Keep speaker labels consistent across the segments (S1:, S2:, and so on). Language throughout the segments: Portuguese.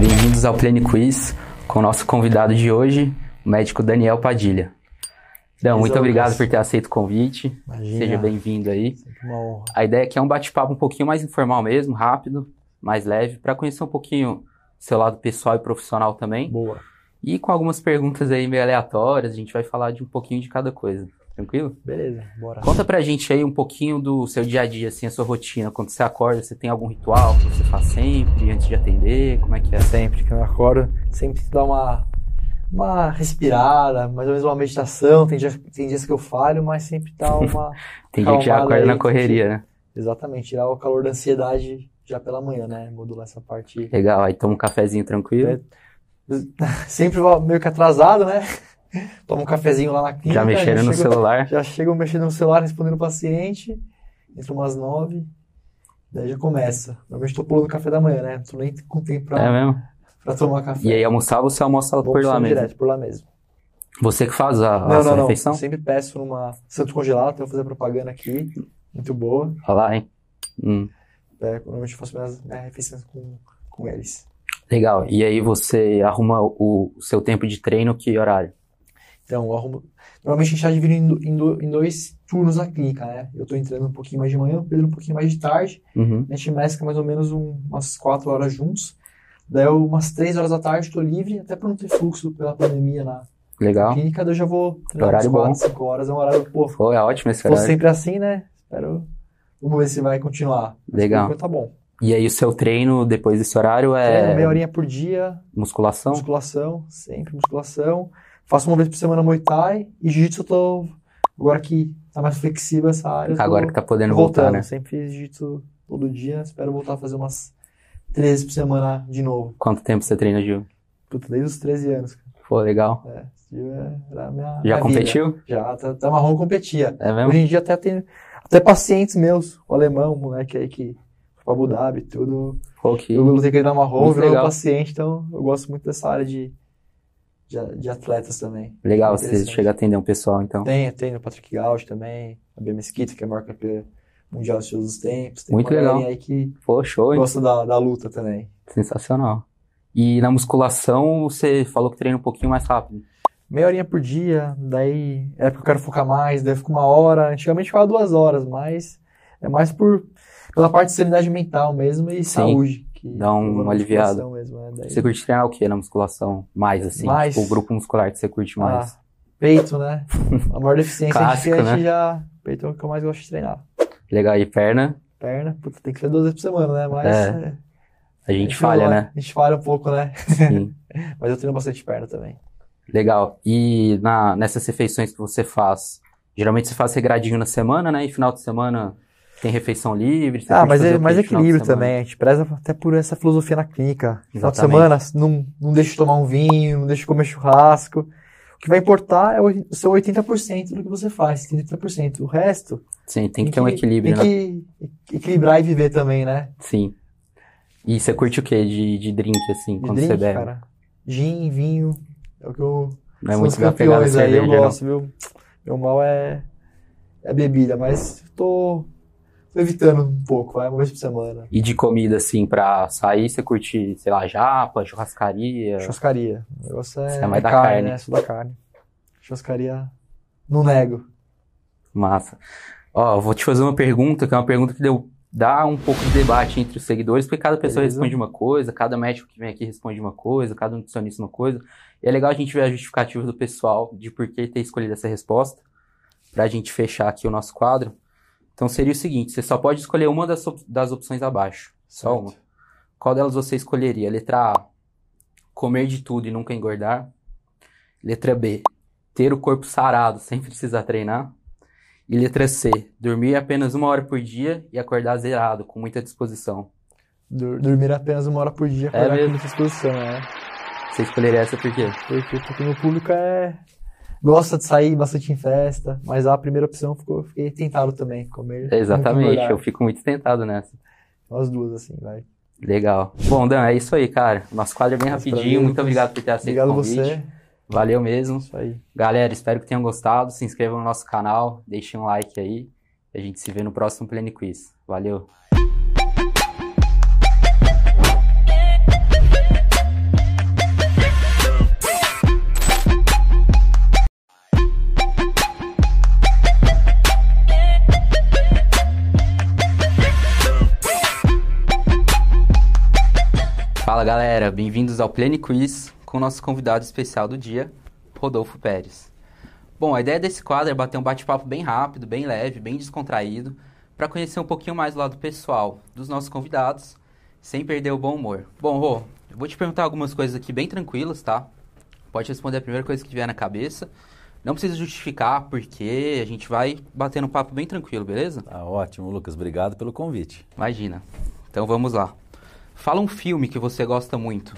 S1: bem-vindos ao Plane Quiz com o nosso convidado de hoje, o médico Daniel Padilha. Então, muito
S2: Lucas.
S1: obrigado por ter aceito o convite.
S2: Imagina.
S1: Seja bem-vindo aí.
S2: Sempre uma honra.
S1: A ideia é que é um bate-papo um pouquinho mais informal mesmo, rápido, mais leve, para conhecer um pouquinho o seu lado pessoal e profissional também.
S2: Boa.
S1: E com algumas perguntas aí meio aleatórias, a gente vai falar de um pouquinho de cada coisa. Tranquilo?
S2: Beleza, bora.
S1: Conta pra gente aí um pouquinho do seu dia a dia, assim, a sua rotina. Quando você acorda, você tem algum ritual que você faz sempre, antes de atender? Como é que é?
S2: Sempre que eu acordo, sempre dá uma, uma respirada, mais ou menos uma meditação. Tem, dia- tem dias que eu falho, mas sempre dá uma.
S1: Tem dia que já
S2: Calmada
S1: acorda
S2: aí,
S1: na
S2: tem
S1: correria, né?
S2: Exatamente, tirar o calor da ansiedade já pela manhã, né? Modular essa parte.
S1: Legal, aí toma um cafezinho
S2: É,
S1: tranquilo,
S2: Sempre vou meio que atrasado, né? Tomo um cafezinho lá na clínica.
S1: já mexendo no
S2: chego-
S1: celular.
S2: Já chego mexendo no celular, respondendo o paciente. Entro umas nove. Daí já começa. Normalmente tô pulando o café da manhã, né? Não tô nem com tempo pra,
S1: É mesmo?
S2: pra tomar café.
S1: E aí almoçar, você almoça
S2: Vou
S1: por lá
S2: opção
S1: mesmo.
S2: direto, por lá mesmo.
S1: Você que faz a, a
S2: não,
S1: sua
S2: não, não.
S1: refeição?
S2: Sempre peço numa Santos Congelado, então eu vou fazer propaganda aqui. Muito boa.
S1: Olha lá, hein? Hum,
S2: É, normalmente eu faço minhas, minhas refeições com, com eles.
S1: legal. E aí você arruma o, o seu tempo de treino, que horário?
S2: Então, eu arrumo. Normalmente a gente tá dividindo em, do- em dois turnos na clínica, né? Eu tô entrando um pouquinho mais de manhã, o Pedro um pouquinho mais de tarde.
S1: Uhum.
S2: A gente mescla mais ou menos um- umas quatro horas juntos. Daí, eu, umas três horas da tarde, tô livre, até pra não ter fluxo pela pandemia na
S1: Legal.
S2: clínica. Daí eu já vou treinar
S1: Tá. Horário
S2: umas quatro,
S1: bom.
S2: cinco horas. É um horário, pô,
S1: Pô, é ótimo esse
S2: Se for
S1: horário.
S2: sempre assim, né? Espero. Vamos ver se vai continuar. Mas
S1: Legal.
S2: por enquanto Tá bom.
S1: E aí o seu treino depois desse horário
S2: Treino meia
S1: é
S2: horinha por dia,
S1: musculação?
S2: musculação, sempre musculação. Faço uma vez por semana Muay Thai e Jiu-Jitsu eu tô. Agora que tá mais flexível essa área. eu tô
S1: Agora que tá podendo
S2: voltando.
S1: voltar, né?
S2: Sempre fiz Jiu-Jitsu todo dia. Espero voltar a fazer umas três por semana de novo.
S1: Quanto tempo você treina, Gil?
S2: Puta, desde os 13 anos. cara.
S1: Pô, legal.
S2: É, esse dia era a minha. minha
S1: Já
S2: vida.
S1: competiu?
S2: Já, tá, tá marrom competia.
S1: É mesmo?
S2: Hoje em dia até tem até pacientes meus, o alemão, o moleque aí que foi pra Abu Dhabi, e tudo.
S1: Pô, que...
S2: Eu lutei com ele na marrom,
S1: Muito
S2: virou meu
S1: legal.
S2: paciente, então eu gosto muito dessa área de, de, de atletas também.
S1: Legal, você
S2: Interessante.
S1: chega a atender um pessoal, então.
S2: Tem, tem o Patrick Gauch também, a B Mesquita, que é a maior campeã mundial de todos os tempos. Tem
S1: Muito
S2: uma galerinha
S1: legal.
S2: aí que
S1: Pô, show, hein?
S2: gosta da, da luta também.
S1: Sensacional. E na musculação, você falou que treina um pouquinho mais rápido.
S2: Meia horinha por dia, daí é porque eu quero focar mais, daí fica uma hora. Antigamente ficava duas horas, mas é mais por pela parte de sanidade mental mesmo e saúde. Que
S1: dá um
S2: eu vou na
S1: aliviado.
S2: musculação Mesmo, né? Daí-
S1: Você curte treinar o que na musculação? Mais, assim,
S2: Mais.
S1: tipo, o grupo muscular que você curte mais.
S2: Ah, peito, né? A maior deficiência a gente
S1: Clássico,
S2: fica, a gente
S1: né?
S2: já. Peito é o que eu mais gosto de treinar.
S1: Legal, e perna,
S2: Perna, puta, tem que ser duas vezes por semana, né? Mas.
S1: É,
S2: é,
S1: a gente
S2: não
S1: falha,
S2: é.
S1: né?
S2: A gente falha um pouco, né?
S1: Sim.
S2: Mas eu treino bastante perna também.
S1: Legal. E na, nessas refeições que você faz, geralmente você faz regradinho na semana, né? E final de semana tem refeição livre, você
S2: ah,
S1: curte
S2: mas
S1: fazer
S2: é
S1: o quê
S2: mais
S1: de final de
S2: equilíbrio
S1: semana?
S2: também. A gente preza até por essa filosofia na clínica. Final de semana,
S1: Exatamente.
S2: não, não deixa de tomar um vinho, não deixa de comer churrasco. O que vai importar é o seu 80% do que você faz, 30%. O resto.
S1: Sim, tem que ter um equilíbrio, né?
S2: Tem que equilibrar e viver também, né?
S1: Sim. E você curte o quê de, de drink, assim,
S2: De
S1: quando
S2: drink,
S1: você bebe?
S2: cara. Gin, vinho. É o que eu.
S1: Não é
S2: são
S1: muito
S2: os
S1: da pegada
S2: campeões aí, eu
S1: cerveja, não.
S2: gosto, viu? Meu mal é. É bebida, mas tô. tô evitando um pouco, vai, uma vez por semana.
S1: E de comida, assim, pra sair, você curte, sei lá, japa, churrascaria.
S2: Churrascaria. O negócio é.
S1: Você é mais da carne.
S2: né? Sou da carne. Churrascaria. Não nego.
S1: Massa. Ó, eu vou te fazer uma pergunta, que é uma pergunta que deu, dá um pouco de debate entre os seguidores, porque cada pessoa
S2: Beleza.
S1: responde uma coisa, cada médico que vem aqui responde uma coisa, cada nutricionista uma coisa. E é legal a gente ver a justificativa do pessoal de por que ter escolhido essa resposta, pra gente fechar aqui o nosso quadro. Então seria o seguinte, você só pode escolher uma das, op- das opções abaixo, só uma. Qual delas você escolheria? Letra A, comer de tudo e nunca engordar. Letra B, ter o corpo sarado sem precisar treinar. E letra C, dormir apenas uma hora por dia e acordar zerado, com muita disposição.
S2: Dur- Dormir apenas uma hora por dia, acordar
S1: É mesmo?
S2: com muita exposição, né?
S1: Você escolheria essa por quê?
S2: Porque, porque meu público é. Gosta de sair bastante em festa, mas a primeira opção ficou, fiquei tentado também, comer. muito
S1: Exatamente,
S2: engordar.
S1: eu fico muito tentado nessa.
S2: As duas, assim, vai.
S1: Legal. Bom, Dan, é isso aí, cara. Nosso quadro é bem
S2: Mas pra
S1: rapidinho.
S2: mim,
S1: Muito obrigado por ter aceito
S2: Obrigado
S1: o convite.
S2: você.
S1: Valeu mesmo.
S2: Isso aí.
S1: Galera, espero que tenham gostado. Se inscrevam no nosso canal, deixem um like aí. A gente se vê no próximo Plane Quiz. Valeu. galera, bem-vindos ao Pleno Quiz com o nosso convidado especial do dia, Rodolfo Pérez. Bom, a ideia desse quadro é bater um bate-papo bem rápido, bem leve, bem descontraído, para conhecer um pouquinho mais do lado pessoal dos nossos convidados, sem perder o bom humor. Bom, Rô, eu vou te perguntar algumas coisas aqui bem tranquilas, tá? Pode responder a primeira coisa que tiver na cabeça. Não precisa justificar porque a gente vai batendo um papo bem tranquilo, beleza?
S3: Tá ótimo, Lucas. Obrigado pelo convite.
S1: Imagina. Então vamos lá. Fala um filme que você gosta muito.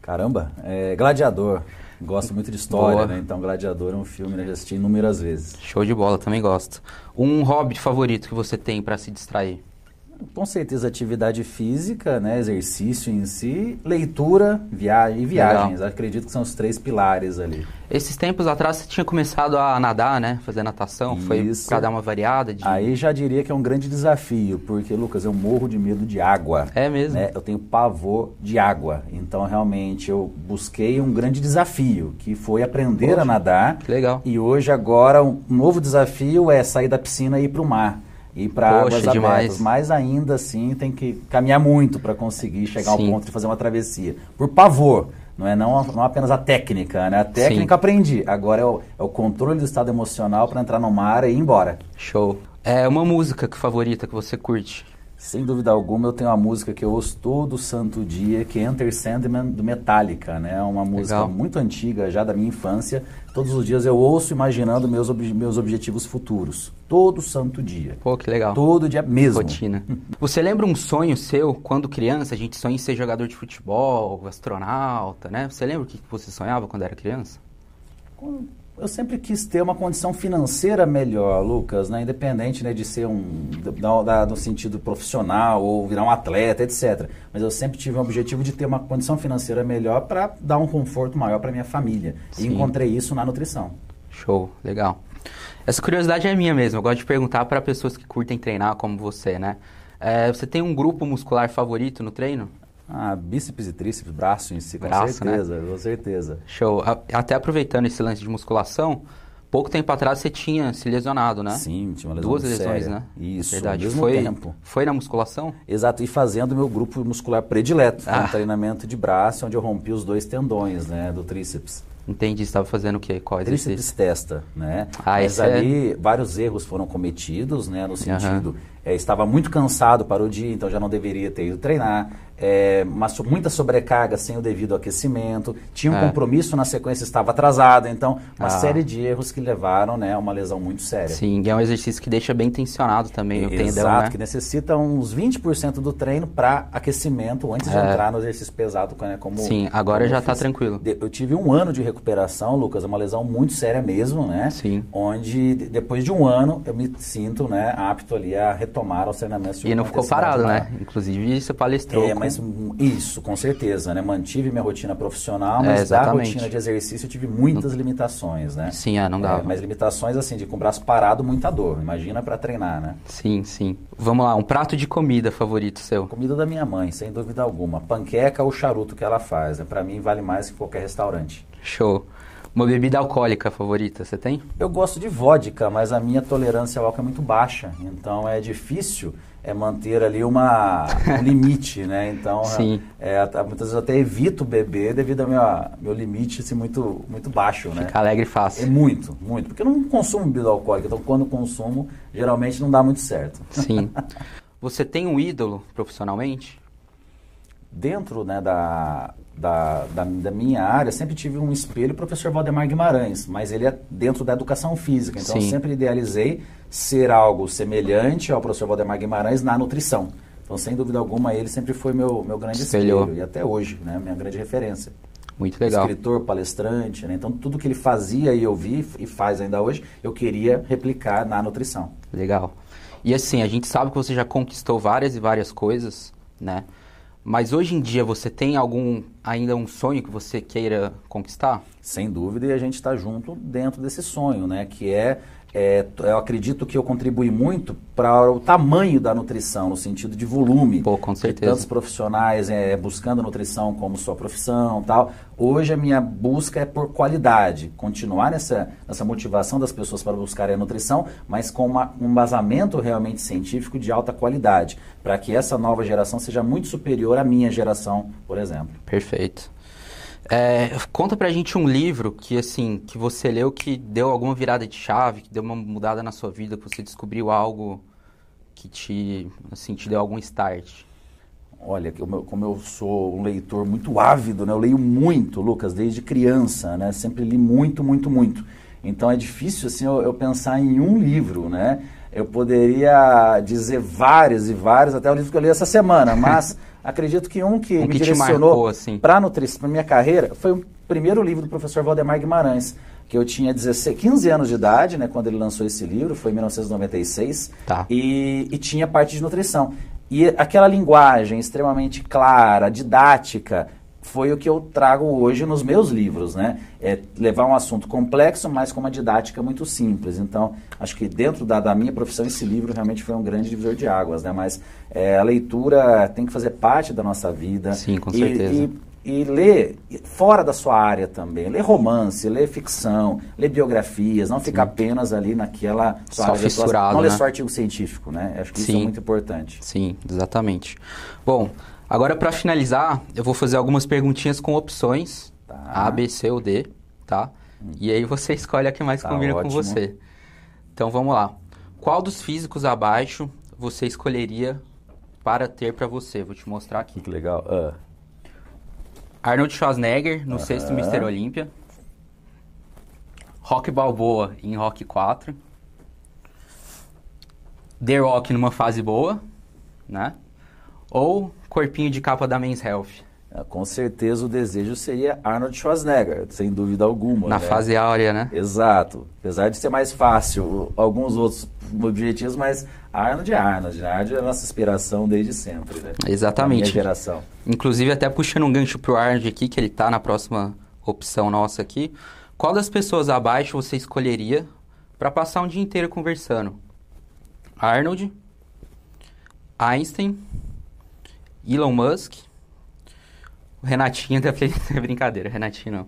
S3: Caramba, é Gladiador. Gosto muito de história,
S1: Boa.
S3: né? Então Gladiador é um filme né? que eu já assisti inúmeras vezes.
S1: Show de bola, também gosto. Um hobby favorito que você tem para se distrair.
S3: Com certeza atividade física, né? Exercício em si, leitura, viagem e viagens. Acredito que são os três pilares ali.
S1: Esses tempos atrás você tinha começado a nadar, né? Fazer natação. Foi
S3: Isso.
S1: pra dar uma variada de.
S3: Aí já diria que é um grande desafio, porque, Lucas, eu morro de medo de água.
S1: É mesmo.
S3: né? Eu tenho pavor de água. Então, realmente, eu busquei um grande desafio, que foi aprender a nadar.
S1: Que legal.
S3: E hoje, agora, um novo desafio é sair da piscina e ir para o mar. Ir para
S1: Poxa,
S3: águas abertas.
S1: demais.
S3: Mas ainda assim, tem que caminhar muito para conseguir chegar ao
S1: Sim.
S3: ponto de fazer uma travessia. Por pavor. Não é não, não apenas a técnica, né? A técnica aprendi. Agora é o, é o controle do estado emocional para entrar no mar e ir embora.
S1: Show. É uma música que favorita que você curte.
S3: Sem dúvida alguma, eu tenho uma música que eu ouço todo santo dia, que é Enter Sandman do Metallica, né? É uma música
S1: Legal.
S3: muito antiga, já da minha infância. Todos os dias eu ouço imaginando meus, ob- meus objetivos futuros. Todo santo dia.
S1: Pô, que legal.
S3: Todo dia mesmo.
S1: Rotina. Você lembra um sonho seu quando criança? A gente sonha em ser jogador de futebol, astronauta, né? Você lembra o que você sonhava quando era criança?
S3: Eu sempre quis ter uma condição financeira melhor, Lucas, né? Independente né, de ser um. Da, da- no sentido profissional ou virar um atleta, etc. Mas eu sempre tive o objetivo de ter uma condição financeira melhor para dar um conforto maior para minha família. E
S1: Sim.
S3: encontrei isso na nutrição.
S1: Show, legal. Essa curiosidade é minha mesmo. Eu gosto de perguntar para pessoas que curtem treinar como você, né? É, você tem um grupo muscular favorito no treino?
S3: Ah, bíceps e tríceps, braço em si, com
S1: Braço, né?
S3: certeza, com certeza.
S1: Show. A- até aproveitando esse lance de musculação, pouco tempo atrás você tinha se lesionado, né?
S3: Sim, tinha uma lesão
S1: Duas
S3: muito
S1: lesões,
S3: séria.
S1: né?
S3: Isso,
S1: Verdade.
S3: ao mesmo
S1: foi,
S3: tempo.
S1: foi na musculação?
S3: Exato, e fazendo meu grupo muscular predileto, foi
S1: Ah.
S3: um treinamento de braço, onde eu rompi os dois tendões, né, do tríceps.
S1: Entendi, você estava fazendo o quê? Qual exercício?
S3: Tríceps testa, né?
S1: Ah,
S3: Mas
S1: esse é-
S3: ali vários erros foram cometidos, né? No sentido, eh, estava muito cansado para o dia, então já não deveria ter ido treinar. eh, mas so- muita sobrecarga sem o devido aquecimento. Tinha um
S1: É.
S3: compromisso na sequência, estava atrasado. Então, uma
S1: Ah.
S3: série de erros que levaram né, a uma lesão muito séria.
S1: Sim, é um exercício que deixa bem tensionado também, o tendão,
S3: Exato,
S1: né?
S3: que necessita uns 20% do treino para aquecimento antes de
S1: É.
S3: entrar no exercício pesado, né, como
S1: Sim, agora
S3: como
S1: já
S3: eu
S1: tá
S3: fiz.
S1: tranquilo.
S3: De- Eu tive um ano de recuperação, Lucas, é uma lesão muito séria mesmo, né?
S1: Sim.
S3: Onde de- depois de um ano eu me sinto, né, apto ali a retomar os treinamentos. de
S1: E não
S3: uma
S1: ficou
S3: intensidade
S1: parado,
S3: maior.
S1: né? Inclusive, você palestrou.
S3: É,
S1: com-
S3: mas hum, isso, com certeza, né? Mantive minha rotina profissional,
S1: É,
S3: mas da
S1: exatamente. Uhum.
S3: rotina de exercício eu tive muitas limitações, né?
S1: Sim, é, não
S3: dá.
S1: dava.
S3: mas limitações assim, de com o braço parado, muita dor. Imagina para treinar, né?
S1: Sim, sim. Vamos lá, um prato de comida favorito seu.
S3: Comida da minha mãe, sem dúvida alguma. Panqueca ou charuto que ela faz, né? Pra mim vale mais que qualquer restaurante.
S1: Show. Uma bebida alcoólica favorita, você tem?
S3: Eu gosto de vodka, mas a minha tolerância ao álcool é muito baixa. Então é difícil é manter ali uma, um limite, né? Então,
S1: Sim.
S3: é, até- muitas vezes eu até evito beber devido ao meu, meu limite assim, muito, muito baixo, né?
S1: Fica alegre e
S3: É
S1: fácil.
S3: muito, muito. Porque eu não consumo bebida alcoólica, então quando consumo, geralmente não dá muito certo.
S1: Sim. Você tem um ídolo profissionalmente?
S3: dentro né, da, da, da, da minha área, sempre tive um espelho, o professor Valdemar Guimarães, mas ele é dentro da educação física. Então, eu
S1: Sim.
S3: sempre idealizei ser algo semelhante ao professor Valdemar Guimarães na nutrição. Então, sem dúvida alguma, ele sempre foi meu, meu grande
S1: Espelhou.
S3: espelho e até hoje, né, minha grande referência.
S1: Muito legal.
S3: Escritor, palestrante, né? então tudo que ele fazia e eu vi e faz ainda hoje, eu queria replicar na nutrição.
S1: Legal. E assim, a gente sabe que você já conquistou várias e várias coisas, né? Mas hoje em dia você tem algum ainda um sonho que você queira conquistar?
S3: Sem dúvida, e a gente está junto dentro desse sonho, né? Que é, é eu acredito que eu contribuí muito para o tamanho da nutrição, no sentido de volume.
S1: Pô, com certeza.
S3: Tantos profissionais é, buscando nutrição como sua profissão tal. Hoje a minha busca é por qualidade, continuar nessa, nessa motivação das pessoas para buscarem a nutrição, mas com uma, um embasamento realmente científico de alta qualidade, para que essa nova geração seja muito superior à minha geração, por exemplo.
S1: Perfeito. É, conta pra gente um livro que, assim, que você leu que deu alguma virada de chave, que deu uma mudada na sua vida, que você descobriu algo que te, assim, te deu algum start.
S3: Olha, como eu sou um leitor muito ávido, né? Eu leio muito, Lucas, desde criança, né? Sempre li muito, muito, muito. Então é difícil, assim, eu, eu pensar em um livro, né? Eu poderia dizer vários e vários, até o livro que eu li essa semana, mas... acredito que um que
S1: um
S3: me
S1: que
S3: direcionou
S1: assim.
S3: para nutrição, para minha carreira, foi o primeiro livro do professor Valdemar Guimarães, que eu tinha 16, 15 anos de idade, né, quando ele lançou esse livro, foi em 1996,
S1: tá.
S3: e, e tinha parte de nutrição. E aquela linguagem extremamente clara, didática, foi o que eu trago hoje nos meus livros, né? É levar um assunto complexo, mas com uma didática muito simples. Então, acho que dentro da, da minha profissão, esse livro realmente foi um grande divisor de águas, né? Mas é, a leitura tem que fazer parte da nossa vida.
S1: Sim, com
S3: né? E-
S1: certeza.
S3: e e ler fora da sua área também. Ler romance, ler ficção, ler biografias, não ficar apenas ali naquela
S1: Só
S3: sua área de atuação.
S1: fissurado,
S3: Não ler
S1: né?
S3: só artigo científico, né? Acho que isso
S1: Sim.
S3: é muito importante.
S1: Sim, exatamente. Bom, agora para finalizar, eu vou fazer algumas perguntinhas com opções,
S3: Tá.
S1: A, B, C ou D, tá? E aí você escolhe a que mais
S3: Tá
S1: combina com
S3: ótimo.
S1: você. Então vamos lá. Qual dos físicos abaixo você escolheria para ter para você? Vou te mostrar aqui.
S3: Que legal. Ah.
S1: Arnold Schwarzenegger no sexto Mr. Olímpia. Rock Balboa em Rock 4. The Rock numa fase boa, né? Ou Corpinho de Capa da Men's Health.
S3: Ah, Com certeza o desejo seria Arnold Schwarzenegger, sem dúvida alguma.
S1: Na
S3: né?
S1: fase áurea, né?
S3: Exato. Apesar de ser mais fácil alguns outros objetivos, mas Arnold é Arnold. né? Arnold é a nossa inspiração desde sempre, né?
S1: Exatamente.
S3: Da minha geração.
S1: Inclusive, até puxando um gancho pro Arnold aqui, que ele tá na próxima opção nossa aqui. Qual das pessoas abaixo você escolheria para passar um dia inteiro conversando? Arnold, Einstein, Elon Musk, o Renatinho, até falei, brincadeira, Renatinho não.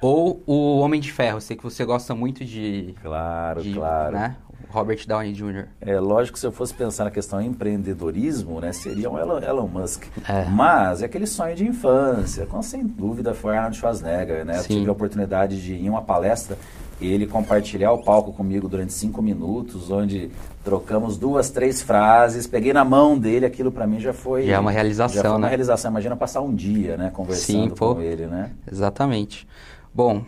S1: Ou o Homem de Ferro, sei que você gosta muito de,
S3: Claro,
S1: de,
S3: claro.
S1: né, o Robert Downey Jr.
S3: É lógico que se eu fosse pensar na questão empreendedorismo, né, seria o Elon, Elon Musk.
S1: É.
S3: Mas é aquele sonho de infância, com sem dúvida foi Arnold Schwarzenegger, né? Eu
S1: Sim.
S3: tive a oportunidade de ir em uma palestra ele compartilhar o palco comigo durante cinco minutos, onde trocamos duas, três frases, peguei na mão dele, aquilo pra mim já foi
S1: Já é uma realização,
S3: já foi uma
S1: né?
S3: realização. Imagina passar um dia, né, conversando
S1: Sim, pô.
S3: com ele, né?
S1: Exatamente. Bom,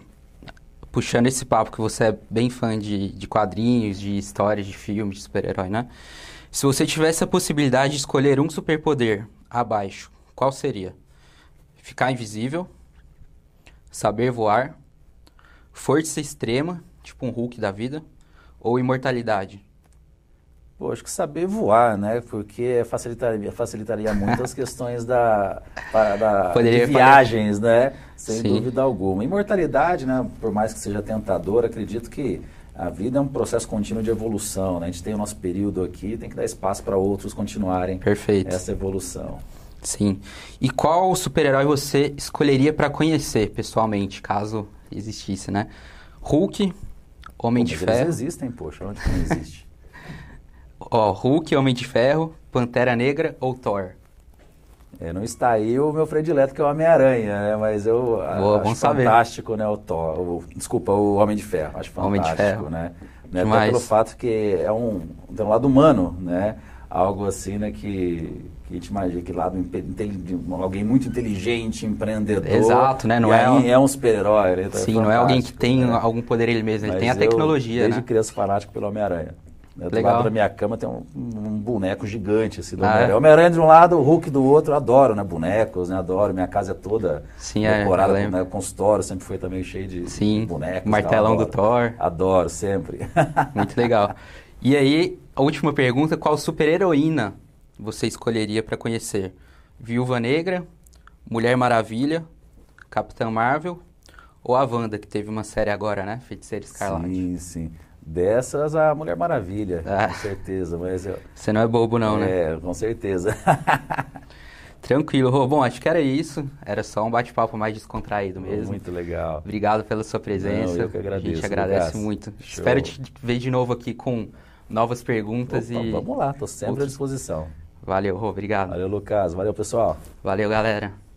S1: puxando esse papo que você é bem fã de, de quadrinhos, de histórias, de filmes, de super-herói, né? Se você tivesse a possibilidade de escolher um superpoder abaixo, qual seria? Ficar invisível, saber voar, força extrema, tipo um Hulk da vida, ou imortalidade?
S3: Pô, acho que saber voar, né? Porque facilitaria, facilitaria muito as questões da, para- da-
S1: Poderia
S3: de viagens, né? Sem
S1: Sim.
S3: dúvida alguma. Imortalidade, né? Por mais que seja tentador, acredito que a vida é um processo contínuo de evolução, né? A gente tem o nosso período aqui, tem que dar espaço para outros continuarem
S1: Perfeito.
S3: essa evolução.
S1: Sim. E qual super-herói você escolheria pra conhecer pessoalmente, caso existisse, né? Hulk, Homem de
S3: Mas eles
S1: Ferro.
S3: existem, poxa, onde que não existe?
S1: Ó, Hulk, Homem de Ferro, Pantera Negra ou Thor?
S3: É, não está aí o meu predileto, que é o Homem-Aranha, né? Mas eu a-
S1: Boa,
S3: acho
S1: bom saber.
S3: fantástico, né? O Thor. o- desculpa, o Homem de Ferro. Acho
S1: Homem de
S3: fantástico,
S1: Ferro.
S3: né? né? Até
S1: Demais.
S3: pelo fato que é um, tem um lado humano, né? Algo assim, né? Que, que a gente imagina que lado inte- inte- alguém muito inteligente, empreendedor.
S1: Exato, né? Não
S3: E
S1: é
S3: aí
S1: um-
S3: é um super-herói. né? Então
S1: Sim, não é alguém que
S3: fantástico,
S1: tem
S3: né?
S1: algum poder ele mesmo, ele
S3: Mas
S1: tem a
S3: eu,
S1: tecnologia,
S3: desde
S1: né?
S3: criança fanático pelo Homem-Aranha. Né, Do
S1: Legal.
S3: lado da minha cama tem um, um boneco gigante assim, do
S1: Ah, é?
S3: Homem-Aranha. Homem-Aranha de um lado, o Hulk do outro, eu adoro, né? Bonecos, né? Adoro. Minha casa é toda
S1: Sim, é, eu
S3: decorada, com,
S1: lembro.
S3: né? consultório, sempre foi também cheio de
S1: Sim,
S3: bonecos. e
S1: martelão do
S3: tal,
S1: Thor.
S3: adoro. Adoro, sempre.
S1: Muito legal. E aí, a última pergunta, qual super-heroína você escolheria pra conhecer? Viúva Negra, Mulher Maravilha, Capitã Marvel ou a Wanda, que teve uma série agora, né? Feiticeira Escarlate.
S3: Sim, sim. Dessas, a Mulher Maravilha,
S1: Ah.
S3: com certeza. Mas eu-
S1: Você não é bobo não, né?
S3: É, com certeza.
S1: Tranquilo, Rô. Bom, acho que era isso. Era só um bate-papo mais descontraído mesmo.
S3: Muito legal.
S1: Obrigado pela sua presença.
S3: Não, eu que agradeço,
S1: A gente agradece
S3: Lucas.
S1: muito.
S3: Show.
S1: Espero te ver de novo aqui com novas perguntas
S3: Opa,
S1: e
S3: Vamos lá, tô sempre à
S1: Outros-
S3: disposição.
S1: valeu, Rô. Obrigado.
S3: Valeu, Lucas. Valeu, pessoal.
S1: Valeu, galera.